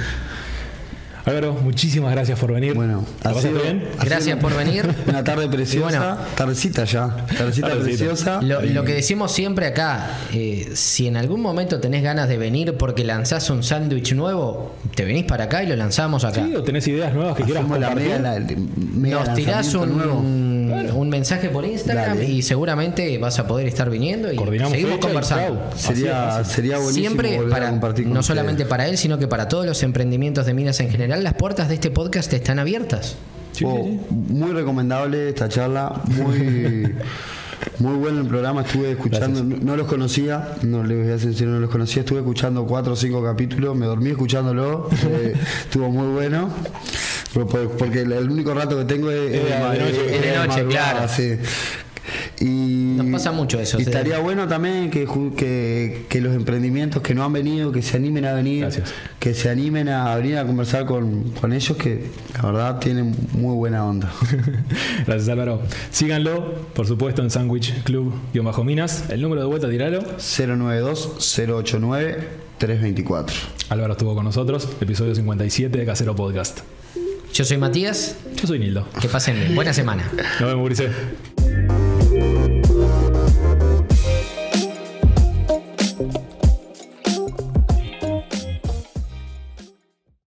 Speaker 1: Álvaro, muchísimas gracias por venir.
Speaker 3: Bueno,
Speaker 1: ¿La
Speaker 3: ha
Speaker 1: pasaste
Speaker 3: sido-
Speaker 1: bien?
Speaker 3: ha sido
Speaker 2: Gracias por venir.
Speaker 3: Una tarde preciosa,
Speaker 2: bueno.
Speaker 3: tardecita ya, tardecita,
Speaker 1: Tardecita.
Speaker 3: preciosa.
Speaker 2: Lo,
Speaker 3: Y-
Speaker 2: lo que decimos siempre acá, eh, si en algún momento tenés ganas de venir porque lanzás un sándwich nuevo, te venís para acá y lo lanzamos acá.
Speaker 1: Sí, o tenés ideas nuevas que quieras
Speaker 3: hacemos la
Speaker 1: compartir.
Speaker 3: mega, la- mega
Speaker 2: Nos tirás
Speaker 3: lanzamiento
Speaker 2: un,
Speaker 3: nuevo.
Speaker 2: un mensaje por Instagram
Speaker 3: Dale.
Speaker 2: y seguramente vas a poder estar viniendo y
Speaker 1: Coordinamos
Speaker 2: seguimos
Speaker 1: fecha y
Speaker 2: conversando.
Speaker 1: chau. Así
Speaker 3: Sería,
Speaker 1: es fácil.
Speaker 3: sería buenísimo
Speaker 2: Siempre
Speaker 3: volver
Speaker 2: para,
Speaker 3: a compartir con
Speaker 2: no
Speaker 3: ustedes.
Speaker 2: solamente para él, sino que para todos los emprendimientos de minas en general, las puertas de este podcast están abiertas.
Speaker 1: Sí,
Speaker 3: Oh,
Speaker 1: sí, sí.
Speaker 3: Muy recomendable esta charla, muy muy bueno el programa, estuve escuchando, no, no los conocía, no les voy a ser sincero, no los conocía, estuve escuchando cuatro o cinco capítulos, me dormí escuchándolo, eh, estuvo muy bueno. pero por- Porque el- el único rato que tengo es,
Speaker 1: de
Speaker 3: ma-
Speaker 1: noche.
Speaker 3: es
Speaker 2: Es de noche,
Speaker 3: madrugada,
Speaker 2: claro.
Speaker 3: sí. Y
Speaker 2: Nos pasa mucho eso,
Speaker 3: y
Speaker 2: sí.
Speaker 3: estaría bueno también que, ju- que, que los emprendimientos que no han venido, que se animen a venir,
Speaker 1: Gracias.
Speaker 3: que se animen a venir a conversar con, con ellos, que la verdad tienen muy buena onda.
Speaker 1: Gracias, Álvaro. Síganlo, por supuesto, en Sandwich Club-Minas. El número de vuelta, tiralo.
Speaker 3: 092-089-324.
Speaker 1: Álvaro estuvo con nosotros, episodio 57 de Casero Podcast.
Speaker 2: Yo soy Matías,
Speaker 1: Yo soy Nildo.
Speaker 2: que pasen bien. Buena semana.
Speaker 1: Nos vemos, Ulises.